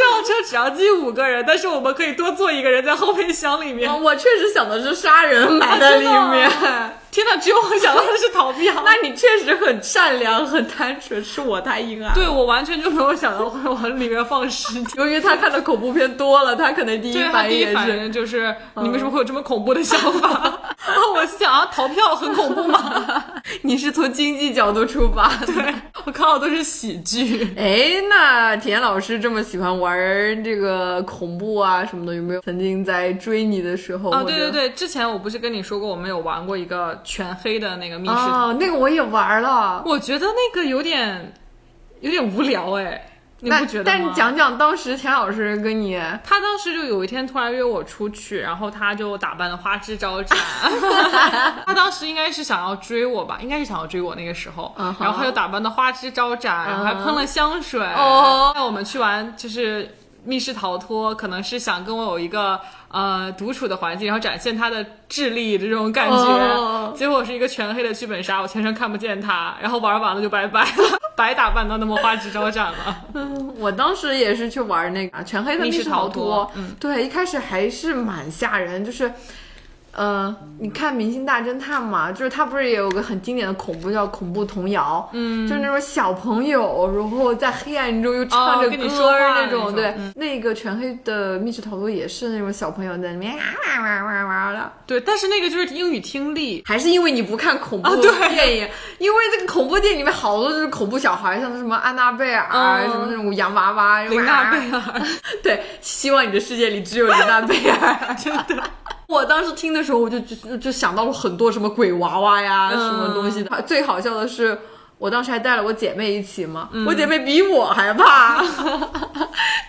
Speaker 1: 辆车只要进五个人，但是我
Speaker 2: 哦
Speaker 1: 们可以多坐一个人在后备箱里面。
Speaker 2: 我确实想的是杀人埋在里
Speaker 1: 啊真的
Speaker 2: 面。
Speaker 1: 啊天哪，只有我想到的是逃避啊
Speaker 2: 那你确实很善良，很单纯，是我太阴 暗。
Speaker 1: 对，我完全就没有想到会往里面放尸体。
Speaker 2: 由于他看的恐怖片多了，他可能第一
Speaker 1: 对他
Speaker 2: 反
Speaker 1: 第
Speaker 2: 应
Speaker 1: 一
Speaker 2: 也
Speaker 1: 反
Speaker 2: 是。
Speaker 1: 应就是、你为什么会有这么恐怖的想法？ 然后我心想啊，逃票很恐怖吗？
Speaker 2: 你是从经济角度出发，
Speaker 1: 对我看到都是喜剧。
Speaker 2: 哎，那田老师这么喜欢玩这个恐怖啊什么的，有没有曾经在追你的时候
Speaker 1: 啊，
Speaker 2: 或者
Speaker 1: 对对对，之前我不是跟你说过，我们有玩过一个全黑的那个密室逃脱
Speaker 2: 哦，那个我也玩了。
Speaker 1: 我觉得那个有点有点无聊哎，你
Speaker 2: 那
Speaker 1: 不觉得吗？
Speaker 2: 但你讲讲当时田老师跟你，
Speaker 1: 他当时就有一天突然约我出去，然后他就打扮的花枝招 展。他当时应该是想要追我吧，应该是想要追我那个时候
Speaker 2: 嗯哼嗯
Speaker 1: 然后他就打扮的花枝招展然后还喷了香水。
Speaker 2: 哦
Speaker 1: 带我们去玩就是密室逃脱，可能是想跟我有一个呃独处的环境，然后展现他的智力的这种感觉。
Speaker 2: 哦
Speaker 1: 结果是一个全黑的剧本杀，我全程看不见他，然后玩完了就拜拜了，白打扮到那么花枝招展了。
Speaker 2: 我当时也是去玩那个全黑的
Speaker 1: 密室
Speaker 2: 室逃
Speaker 1: 逃脱
Speaker 2: 对，一开始还是蛮吓人，就是。呃，你看《明星大侦探》嘛，就是它不是也有个很经典的恐怖叫恐怖童谣，嗯，就是那种小朋友，然后在黑暗中又唱
Speaker 1: 哦
Speaker 2: 着
Speaker 1: 跟你
Speaker 2: 歌
Speaker 1: 说话
Speaker 2: 儿
Speaker 1: 那
Speaker 2: 种，
Speaker 1: 种
Speaker 2: 对，那个全黑的密室逃脱也是那种小朋友在那边啊哇哇哇哇的，
Speaker 1: 对，但是那个就是英语听力，
Speaker 2: 还是因为你不看恐怖
Speaker 1: 啊对
Speaker 2: 电影，因为这个恐怖电影里面好多就是恐怖小孩，像什么安娜贝尔、
Speaker 1: 嗯
Speaker 2: 什么那种洋娃 娃、
Speaker 1: 林娜贝
Speaker 2: 尔，
Speaker 1: 尔，
Speaker 2: 对，希望你的世界里只有林娜贝 尔， 真的。我当时听的时候，我就就就想到了很多什么鬼娃娃呀，什么东
Speaker 1: 嗯
Speaker 2: 西的。最好笑的是，我当时还带了我姐妹一起嘛，
Speaker 1: 嗯
Speaker 2: 我姐妹比我还 怕。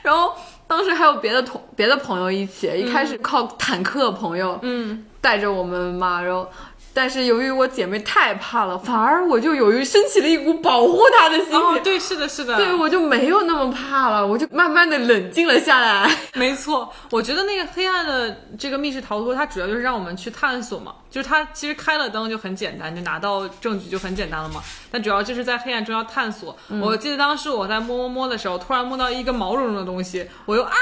Speaker 2: 然后当时还有别的同别的朋友一起，一开始靠坦克朋友，
Speaker 1: 嗯，
Speaker 2: 带着我们嘛，然后。但是由于我姐妹太怕了，反而我就由于升起了一股保护她的心情，
Speaker 1: 哦，对，是的，是的，
Speaker 2: 对我就没有那么怕了，我就慢慢的冷静了下来。
Speaker 1: 没错。我觉得那个黑暗的这个密室逃脱，它主要就是让我们去探索嘛，就是它其实开了灯就很简单，就拿到证据就很简单了嘛。但主要就是在黑暗中要探索。
Speaker 2: 嗯
Speaker 1: 我记得当时我在摸摸摸的时候，突然摸到一个毛茸茸的东西，我又啊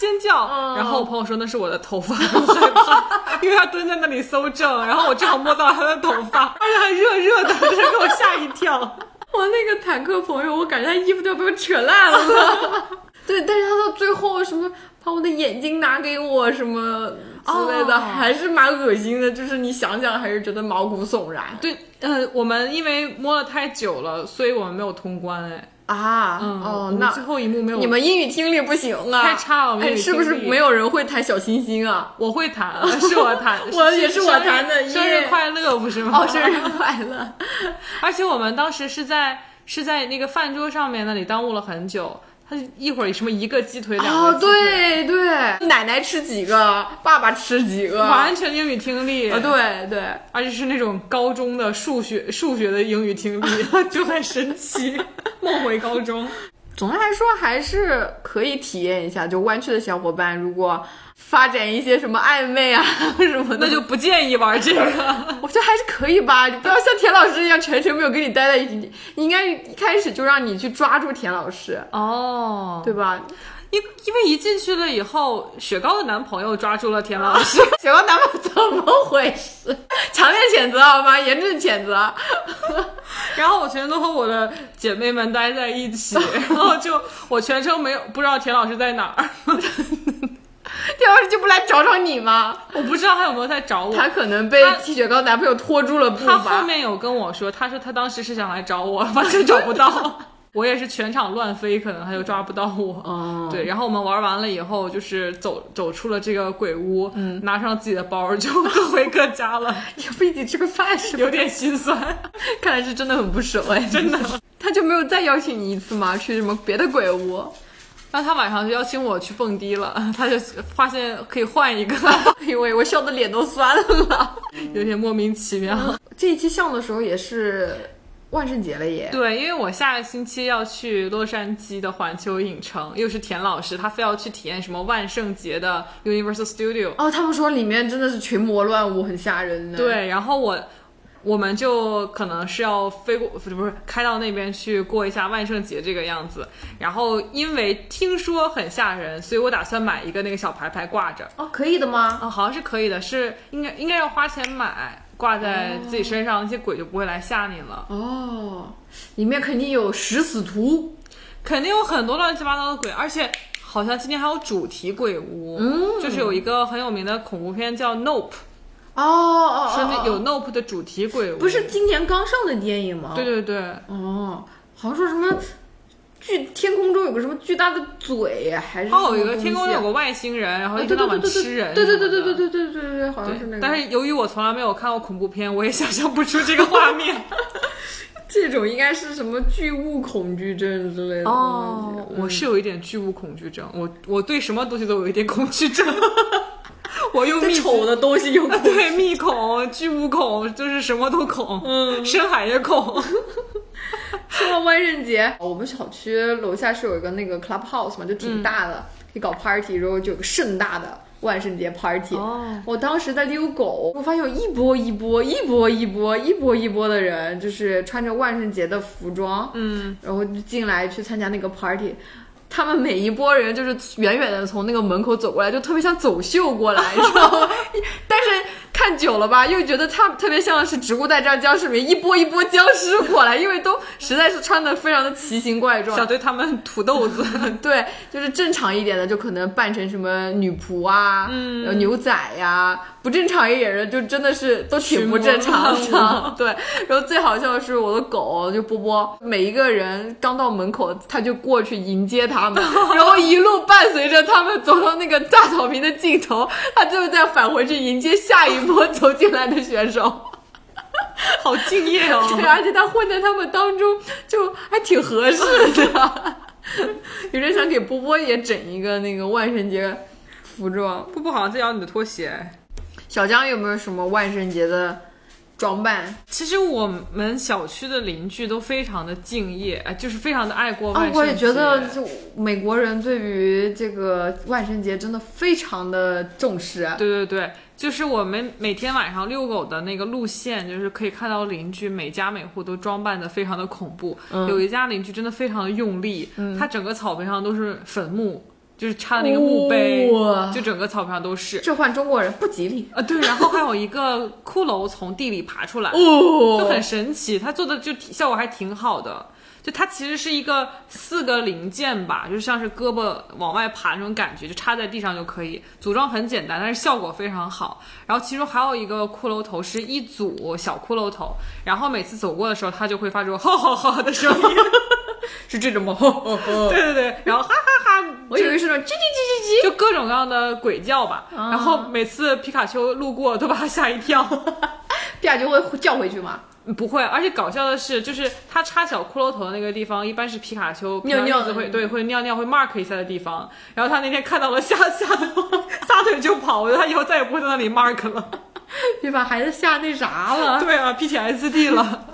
Speaker 1: 尖叫，
Speaker 2: 哦
Speaker 1: 然后我朋友说那是我的头发， 我害怕，因为他蹲在那里搜证，然后我正好摸到他的头发，而且还热热的，就是给我吓一跳。
Speaker 2: 我那个坦克朋友，我感觉他衣服都要被我扯烂了。 对，但是他到最后什么把我的眼睛拿给我什么之类的，
Speaker 1: 哦
Speaker 2: 还是蛮恶心的。就是你想想，还是觉得毛骨悚然
Speaker 1: 对，呃，我们因为摸了太久了，所以我们没有通关哎。
Speaker 2: 啊。
Speaker 1: 嗯，我
Speaker 2: 哦，
Speaker 1: 们
Speaker 2: 那
Speaker 1: 最后一幕没有。
Speaker 2: 你们英语听力不行啊，
Speaker 1: 太差了我们英
Speaker 2: 哎，
Speaker 1: 语
Speaker 2: 是不是
Speaker 1: 听力
Speaker 2: 没有人会弹小星星啊？，
Speaker 1: 我会弹， 是我弹
Speaker 2: 我也是我弹的
Speaker 1: 生日生
Speaker 2: 耶
Speaker 1: 日快乐不是吗？
Speaker 2: 哦，生日快乐！
Speaker 1: 而且我们当时是在是在那个饭桌上面那里耽误了很久。他一会儿什么一个鸡腿两个
Speaker 2: 哦，
Speaker 1: 鸡腿，
Speaker 2: 对对，奶奶吃几个，爸爸吃几个，
Speaker 1: 完全英语听力，
Speaker 2: 啊，对对。
Speaker 1: 而且是那种高中的数学数学的英语听 力，就很神奇，梦回高中。
Speaker 2: 总的来说，还是可以体验一下。就湾区的小伙伴，如果发展一些什么暧昧啊 什么的，
Speaker 1: 那就不建议玩这个。
Speaker 2: 我觉得还是可以吧。你不要像田老师一样全程没有跟你待在一起，你应该一开始就让你去抓住田老师，
Speaker 1: 哦，
Speaker 2: 对吧？
Speaker 1: 因因为一进去了以后，雪糕的男朋友抓住了田
Speaker 2: 啊
Speaker 1: 老师，
Speaker 2: 小高男朋友怎么回事？强烈谴责好吗？严正谴责。
Speaker 1: 然后我全程都和我的姐妹们待在一 起，然后就我全程没有不知道田老师在哪 儿，
Speaker 2: 田老师就不来找找你吗？
Speaker 1: 我不知道他有没有在找我。
Speaker 2: 他可能被
Speaker 1: 他
Speaker 2: 剃雪糕男朋友拖住了步
Speaker 1: 他后
Speaker 2: 伐。
Speaker 1: 面有跟我说，他说他当时是想来找我， 完全找不 到。我也是全场乱飞，可能他就抓不到我。
Speaker 2: 哦
Speaker 1: 对，然后我们玩完了以后，就是走走出了这个鬼屋，
Speaker 2: 嗯
Speaker 1: 拿上自己的包就 各回各家了，
Speaker 2: 也不一起吃个饭是吧？
Speaker 1: 有点心酸。
Speaker 2: 看来是真的很不熟哎，真的。 他就没有再邀请你一次吗？去什么别的鬼屋？
Speaker 1: 那他晚上就邀请我去蹦迪了， 他就发现可以换一个，
Speaker 2: 因为我笑的脸都酸了。
Speaker 1: 有点莫名其妙。
Speaker 2: 这一期上的时候也是万圣节了耶。
Speaker 1: 对，因为我下个星期要去洛杉矶的环球影城，又是田老师，他非要去体验什么万圣节的 Universal Studio。
Speaker 2: 哦，他们说里面真的是群魔乱舞，很吓人的。，
Speaker 1: 对，然后我我们就可能是要飞过，不是不是开到那边去过一下万圣节这个样子。然后因为听说很吓人，所以我打算买一个那个小牌牌挂着。
Speaker 2: 哦，可以的吗？
Speaker 1: 啊、好像是可以的，是应该应该要花钱买，挂在自己身上，那些鬼就不会来吓你了。
Speaker 2: 哦，里面肯定有食死徒，
Speaker 1: 肯定有很多乱七八糟的鬼，而且好像今天还有主题鬼屋，嗯，就是有一个很有名的恐怖片叫《Nope》，
Speaker 2: 哦哦
Speaker 1: 是那有《Nope》的主题鬼屋，
Speaker 2: 不是今年刚上的电影吗？
Speaker 1: 对对对，
Speaker 2: 哦，好像说什么巨天空中有个什么巨大的嘴，还哦是
Speaker 1: 它有一
Speaker 2: 什
Speaker 1: 个
Speaker 2: 么东
Speaker 1: 天空中
Speaker 2: 西
Speaker 1: 有个外星人，然后
Speaker 2: 啊
Speaker 1: 一
Speaker 2: 对
Speaker 1: 天到
Speaker 2: 对
Speaker 1: 晚
Speaker 2: 对对
Speaker 1: 吃
Speaker 2: 对
Speaker 1: 人，
Speaker 2: 对对对对对。对对对对，好像是那
Speaker 1: 对
Speaker 2: 个。，
Speaker 1: 但是由于我从来没有看过恐怖片，我也想象不出这个画面。
Speaker 2: 这种应该是什么巨物恐惧症之类的东西。
Speaker 1: 哦我是有一点巨物恐惧症，我我对什么东西都有一点恐惧症。 我用
Speaker 2: 对
Speaker 1: 密
Speaker 2: 丑的东西有 恐 惧。
Speaker 1: 对，密恐、巨无恐，就是什么都恐，嗯，深海也恐。
Speaker 2: 说到万圣节，哦我们小区楼下是有一个那个 clubhouse 嘛，就挺大的，可以搞 party，然后就有个盛大的万圣节 party。
Speaker 1: 哦
Speaker 2: 我当时在遛狗，我发现有一波一波、一波一波、一波一波的人，就是穿着万圣节的服装，
Speaker 1: 嗯，
Speaker 2: 然后就进来去参加那个 party。他们每一波人就是远远的从那个门口走过来，就特别像走秀过来，你知道吗？但是看久了吧，又觉得他特别像是《直顾大战僵尸》里面一波一波僵尸过来，因为都实在是穿的非常的奇形怪状
Speaker 1: 想。对他们土豆 子，
Speaker 2: 对，就是正常一点的，就可能扮成什么女仆啊、呃牛仔呀、不正常一点的，就真的是都挺不正常
Speaker 1: 群魔乱
Speaker 2: 的。对，然后最好笑的是我的狗，就波波，每一个人刚到门口，它就过去迎接他们，然后一路伴随着他们走到那个大草坪的尽头，它最后再返回去迎接下一波 走进来的选手。
Speaker 1: 好敬业
Speaker 2: 对，
Speaker 1: 哦。
Speaker 2: 而且他混在他们当中就还挺合适 的。有人想给波波也整一个那个万圣节服装。
Speaker 1: 瀑布好像在咬你的拖鞋。
Speaker 2: 小江有没有什么万圣节的装扮？
Speaker 1: 其实我们小区的邻居都非常的敬业，哎就是非常的爱过万
Speaker 2: 啊
Speaker 1: 圣，节。
Speaker 2: 我也觉得就美国人对于这个万圣节真的非常的重视。啊
Speaker 1: 对对对，就是我们每天晚上遛狗的那个路线，就是可以看到邻居每家每户都装扮的非常的恐怖。有一家邻居真的非常的用力，他整个草坪上都是坟墓，就是插那个墓碑，
Speaker 2: 哇
Speaker 1: 就整个草坪上都是。
Speaker 2: 这换中国人不吉利
Speaker 1: 啊，对，然后还有一个骷髅从地里爬出来，
Speaker 2: 哦
Speaker 1: 就很神奇，它做的就挺效果还挺好的。就它其实是一个四个零件吧，就像是胳膊往外爬那种感觉，就插在地上就可以。组装很简单，但是效果非常好。然后其中还有一个骷髅头是一组小骷髅头，然后每次走过的时候，它就会发出吼吼吼的声音。
Speaker 2: 是这种吗？
Speaker 1: 对对对，然后哈哈哈，
Speaker 2: 我以为是啊那种叽叽叽叽叽。
Speaker 1: 就各种各样的鬼叫吧。然后每次皮卡丘路过都把它吓一跳。
Speaker 2: 皮卡丘会叫回去吗？
Speaker 1: 不会，而且搞笑的是，就是他插小骷髅头的那个地方，一般是皮卡丘
Speaker 2: 尿尿
Speaker 1: 子会
Speaker 2: 嗯
Speaker 1: 对会尿尿会 mark 一下的地方。然后他那天看到了吓吓得我 撒腿就跑，我觉得他以后再也不会在那里 mark 了。
Speaker 2: 对吧？孩子吓那啥了。
Speaker 1: 对啊，PTSD 了。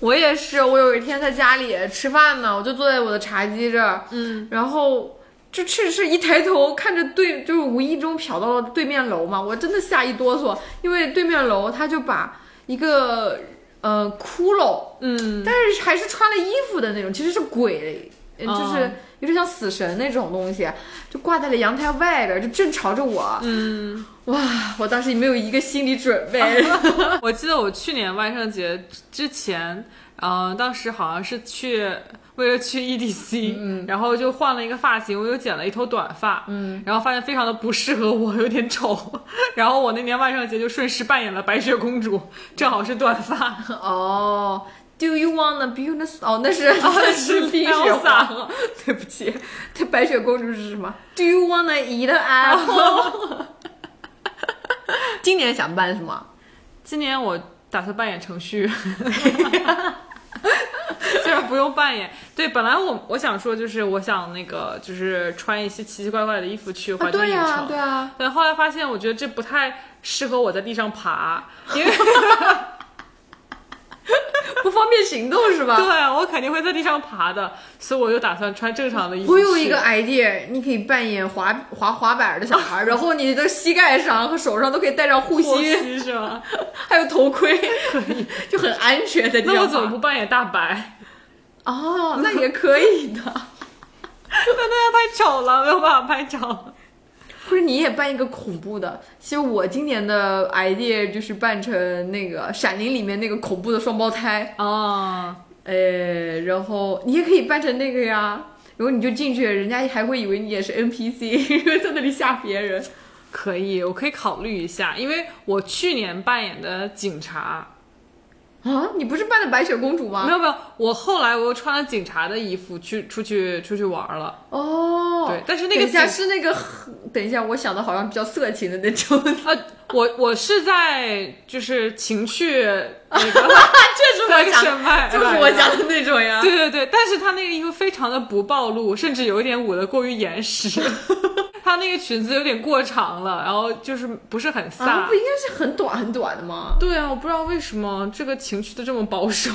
Speaker 2: 我也是，我有一天在家里吃饭呢，我就坐在我的茶几这儿，嗯，然后就吃着吃着一抬头看着对，就是无意中瞟到了对面楼嘛，我真的吓一哆嗦，因为对面楼他就把一个呃骷髅，
Speaker 1: 嗯，
Speaker 2: 但是还是穿了衣服的那种，其实是鬼，呃
Speaker 1: 哦
Speaker 2: 就是有点像死神那种东西，就挂在了阳台外边儿，就正朝着我，嗯，哇，我当时没有一个心理准 备，
Speaker 1: 我记得我去年万圣节之前，嗯、当时好像是去为了去 EDC，然
Speaker 2: 嗯
Speaker 1: 后就换了一个发型，我又剪了一头短发，嗯，然后发现非常的不适合我， 有点丑。然后我那年万圣节就顺势扮演了白雪公主，正好是短发，
Speaker 2: 哦，Do you wanna be on the s 哦，那是 那是冰雪
Speaker 1: Elsa
Speaker 2: 皇，对不起，这白雪公主是什么？Do you wanna eat an apple？今年想办什么？
Speaker 1: 今年我打算扮演程序 员，虽然不用扮演。对，本来我我想说就是我想那个就是穿一些奇奇怪怪的衣服去
Speaker 2: 啊，
Speaker 1: 环球
Speaker 2: 对
Speaker 1: 影城。
Speaker 2: 呀、对呀、
Speaker 1: 但后来发现，我觉得这不太适合我在地上爬，因 为
Speaker 2: 不方便行动是吧？
Speaker 1: 对我肯定会在地上爬的，所以我就打算穿正常的衣服去。
Speaker 2: 我有一个 idea，你可以扮演滑滑滑板的小 孩，然后你的膝盖上和手上都可以戴上 护
Speaker 1: 护
Speaker 2: 膝，
Speaker 1: 膝是吗？
Speaker 2: 还有头盔，可以，就很安全在地
Speaker 1: 那我
Speaker 2: 上
Speaker 1: 怎么
Speaker 2: 爬。
Speaker 1: 不扮演大白？
Speaker 2: 哦，那也可以的。
Speaker 1: 那那样太丑了，没有办法拍照。
Speaker 2: 或者你也办一个恐怖的。其实我今年的 idea 就是办成那个《闪灵》里面那个恐怖的双胞胎，哦
Speaker 1: 啊，
Speaker 2: 呃，然后你也可以扮成那个呀。然后你就进去，人家还会以为你也是 NPC，因为 在那里吓别人。
Speaker 1: 可以，我可以考虑一下，因为我去年扮演的警察，
Speaker 2: 啊，你不是扮的白雪公主
Speaker 1: 没
Speaker 2: 吗？
Speaker 1: 有没有，我后来我又穿了警察的衣服去出去出去玩了。
Speaker 2: 哦，
Speaker 1: 对但是那个
Speaker 2: 等一下
Speaker 1: 景
Speaker 2: 是那个很，等一下，我想的好像比较色情的 那种。
Speaker 1: 呃，我我是在就是情趣那个
Speaker 2: 这是
Speaker 1: 三个身外，
Speaker 2: 就是我讲的那种呀。
Speaker 1: 对对对，但是她那个衣服非常的不暴露，甚至有一点捂得过于严 实。她那个裙子有点过长了，然后就是不是很飒。
Speaker 2: 啊，不应该是很短很短的吗？
Speaker 1: 对啊，我不知道为什么这个情绪的这么保守，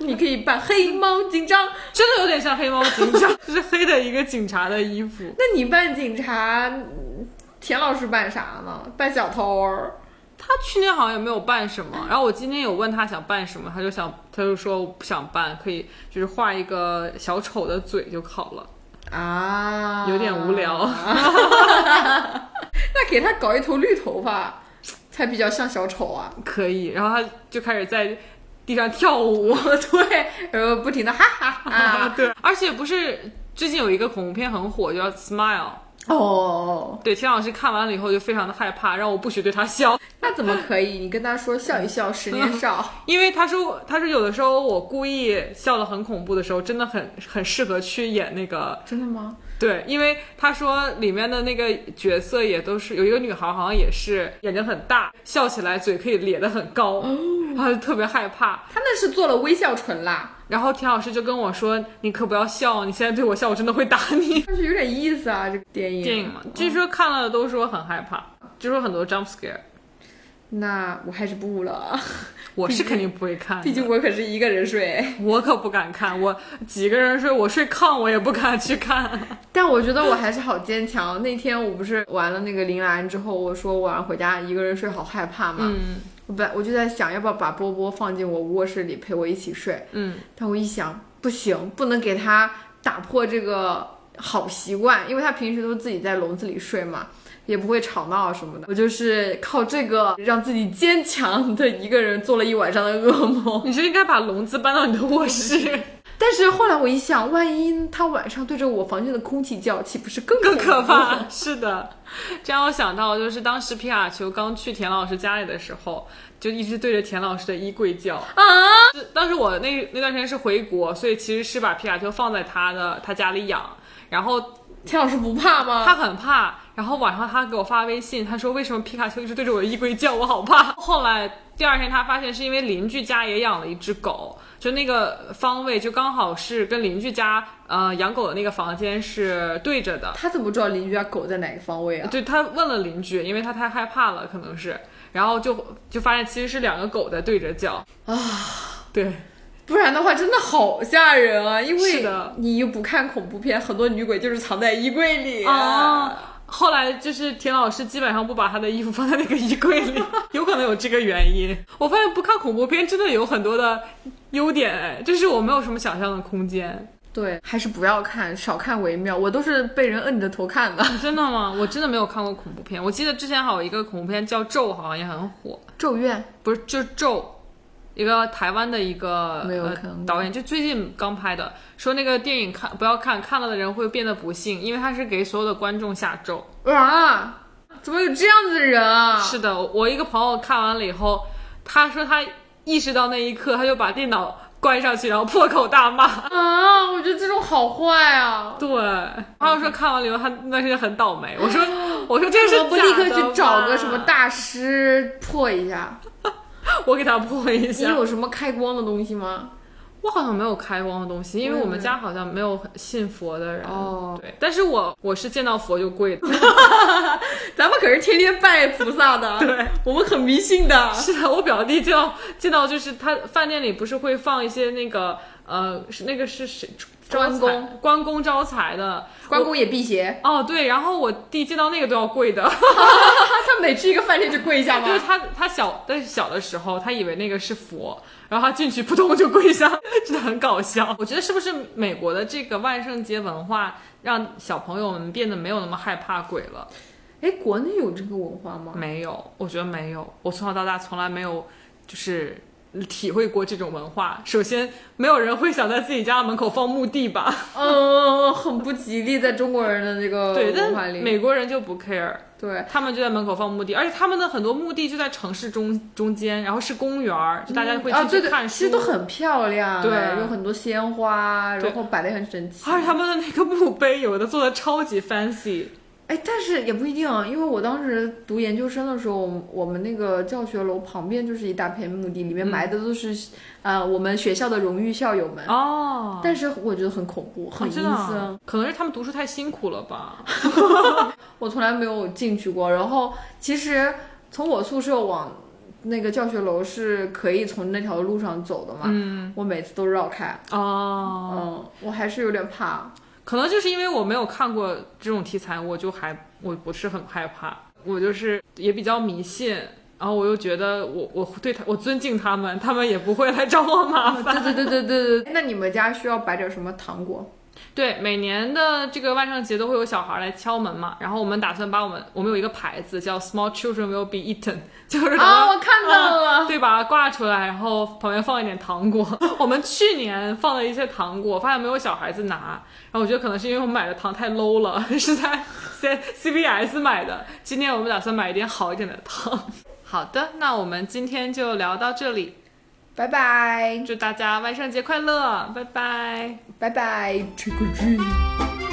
Speaker 2: 你可以扮黑猫警长，
Speaker 1: 真的有点像黑猫警长，就是黑的一个警察的衣服。
Speaker 2: 那你扮警察，嗯田老师扮啥呢？扮小偷儿。
Speaker 1: 他去年好像也没有办什么，然后我今天有问他想办什么，他就想他就说我不想办，可以就是画一个小丑的嘴就好了，
Speaker 2: 啊，
Speaker 1: 有点无聊。
Speaker 2: 那给他搞一头绿头发，才比较像小丑啊。
Speaker 1: 可以。然后他就开始在地上跳舞，
Speaker 2: 对，然后不停的哈哈啊哈。
Speaker 1: 对，而且不是最近有一个恐怖片很火，叫《Smile》。
Speaker 2: 哦，
Speaker 1: 对，田老师看完了以后就非常的害怕，让我不许对他笑，
Speaker 2: 那怎么可以？你跟他说笑一笑，十年少。
Speaker 1: 因为他说他说有的时候我故意笑得很恐怖的时候，真的很很适合去演那个
Speaker 2: 真的吗？
Speaker 1: 对，因为他说里面的那个角色也都是有一个女孩，好像也是眼睛很大，笑起来嘴可以咧得很高，然后就特别害怕。
Speaker 2: 他那是做了微笑唇啦，
Speaker 1: 然后田老师就跟我说：“你可不要笑，你现在对我笑，我真的会打你。
Speaker 2: 但是有点意思啊，这个电 影。”
Speaker 1: 电影嘛，据说看了都说很害怕，据说很多 jump scare，
Speaker 2: 那我还是不了，啊
Speaker 1: 我是肯定不会看的，
Speaker 2: 毕竟我可是一个人睡。
Speaker 1: 我可不敢看，我几个人睡，我睡炕我也不敢去看。
Speaker 2: 但我觉得我还是好坚强。那天我不是玩了那个铃兰之后，我说晚上回家一个人睡好害怕嘛。
Speaker 1: 嗯
Speaker 2: 我本来我就在想要不要把波波放进我卧室里陪我一起睡，
Speaker 1: 嗯，
Speaker 2: 但我一想不行，不能给他打破这个好习惯，因为他平时都自己在笼子里睡嘛。也不会吵闹什么的，我就是靠这个让自己坚强的一个人做了一晚上的噩梦。
Speaker 1: 嗯你就应该把笼子搬到你的卧室，
Speaker 2: 但是后来我一想，万一他晚上对着我房间的空气叫，岂不是更
Speaker 1: 更可
Speaker 2: 恐怖
Speaker 1: 怕。 是的，这让我想到，就是当时皮卡丘刚去田老师家里的时候，就一直对着田老师的衣柜叫啊。是当时我那那段时间是回国，所以其实是把皮卡丘放在他的他家里养，然后
Speaker 2: 田老师不怕吗？
Speaker 1: 他很怕，然后晚上他给我发微信，他说为什么皮卡丘一直对着我的衣柜叫，我好怕。后来第二天他发现是因为邻居家也养了一只狗，就那个方位就刚好是跟邻居家呃养狗的那个房间是对着的。
Speaker 2: 他怎么知道邻居家狗在哪个方位啊？
Speaker 1: 对他问了邻居，因为他太害怕了，可能是，然后就就发现其实是两个狗在对着叫啊，对，
Speaker 2: 不然的话，真的好吓人啊！因
Speaker 1: 是
Speaker 2: 为
Speaker 1: 的
Speaker 2: 你又不看恐怖片，很多女鬼就是藏在衣柜里。哦
Speaker 1: 啊。后来就是田老师基本上不把他的衣服放在那个衣柜里，有可能有这个原因。我发现不看恐怖片真的有很多的优点，哎，就是我没有什么想象的空间。
Speaker 2: 对，还是不要看，少看为妙。我都是被人摁着头看 的。
Speaker 1: 真的吗？我真的没有看过恐怖片。我记得之前还有一个恐怖片叫《咒》，好像也很火，
Speaker 2: 咒怨
Speaker 1: 不是就是《咒》，一个台湾的一个
Speaker 2: 没有
Speaker 1: 呃
Speaker 2: 看过
Speaker 1: 导演，就最近刚拍的，说那个电影看不要看，看了的人会变得不幸，因为他是给所有的观众下咒。
Speaker 2: 啊，怎么有这样子的人啊？
Speaker 1: 是的，我一个朋友看完了以后，他说他意识到那一刻，他就把电脑关上去，然后破口大骂。
Speaker 2: 啊，我觉得这种好坏啊。
Speaker 1: 对，他就说看完了以后，他那是很倒霉。我说，我说这
Speaker 2: 为
Speaker 1: 是
Speaker 2: 什么不立刻
Speaker 1: 假的
Speaker 2: 去找个
Speaker 1: 吧
Speaker 2: 什么，大师破一下？
Speaker 1: 我给他破一
Speaker 2: 你
Speaker 1: 下。
Speaker 2: 有什么开光的东西吗？
Speaker 1: 我好像没有开光的东西，因为
Speaker 2: 我也
Speaker 1: 我们家好像没有很信佛的人。
Speaker 2: 哦
Speaker 1: 对，但是我我是见到佛就跪的。
Speaker 2: 咱们可是天天拜菩萨 的，
Speaker 1: 对，
Speaker 2: 我们很迷信的。
Speaker 1: 是的，我表弟见到见到就是他饭店里不是会放一些那个呃是那个是谁招
Speaker 2: 关
Speaker 1: 财
Speaker 2: 公，
Speaker 1: 关公招财的
Speaker 2: 关公也辟邪，
Speaker 1: 哦，对，然后我弟见到那个都要跪的，
Speaker 2: 他他每去一个饭店就跪一下
Speaker 1: 就是？他他小在小的时候，他以为那个是佛，然后他进去扑通就跪下， 真的很搞笑。我觉得是不是美国的这个万圣节文化让小朋友们变得没有那么害怕鬼了？
Speaker 2: 哎，国内有这个文化吗？
Speaker 1: 没有，我觉得没有。我从小到大从来没有就是体会过这种文化。首先，没有人会想在自己家门口放墓地吧？
Speaker 2: 嗯，很不吉利，在中国人的那个
Speaker 1: 对，
Speaker 2: 呃文化
Speaker 1: 但
Speaker 2: 里，
Speaker 1: 美国人就不 care，
Speaker 2: 对，
Speaker 1: 他们就在门口放墓地，而且他们的很多墓地就在城市中中间，然后是公园儿，就大家会
Speaker 2: 啊，
Speaker 1: 进
Speaker 2: 对
Speaker 1: 去
Speaker 2: 对，
Speaker 1: 看书。
Speaker 2: 其实都很漂亮，
Speaker 1: 对
Speaker 2: 哎有很多鲜花，
Speaker 1: 对
Speaker 2: 然后摆的很神奇。
Speaker 1: 而且他们的那个墓碑，有的做的超级 fancy，
Speaker 2: 哎，但是也不一定，因为我当时读研究生的时候，我们我们那个教学楼旁边就是一大片墓地，里面
Speaker 1: 嗯
Speaker 2: 埋的都是，呃，我们学校的荣誉校友们。
Speaker 1: 哦，
Speaker 2: 但是啊我觉得很恐怖，很阴
Speaker 1: 真
Speaker 2: 森。
Speaker 1: 的啊可能是他们读书太辛苦了吧？
Speaker 2: 我从来没有进去过。然后其实从我宿舍往那个教学楼是可以从那条路上走的嘛，
Speaker 1: 嗯，
Speaker 2: 我每次都绕开。
Speaker 1: 哦，
Speaker 2: 嗯，我还是有点怕。
Speaker 1: 可能就是因为我没有看过这种题材，我就还我不是很害怕，我就是也比较迷信，然后我又觉得我我对他我尊敬他们，他们也不会来找我麻烦。
Speaker 2: 对对对对对对。那你们家需要摆点什么糖果？
Speaker 1: 对，每年的这个万圣节都会有小孩来敲门嘛，然后我们打算把我们我们有一个牌子叫 “Small Children Will Be Eaten”，就是
Speaker 2: 啊，
Speaker 1: 把
Speaker 2: 我看到了。
Speaker 1: 对，把它挂出来，然后旁边放一点糖果。 我们去年放了一些糖果，发现没有小孩子拿，然后我觉得可能是因为我们买的糖太 low 了， 是在 C C B S 买的。今年我们打算买一点好一点的糖。 好的，那我们今天就聊到这里，
Speaker 2: 拜拜，
Speaker 1: 祝大家万圣节快乐，拜拜。
Speaker 2: 拜拜，trick or treat。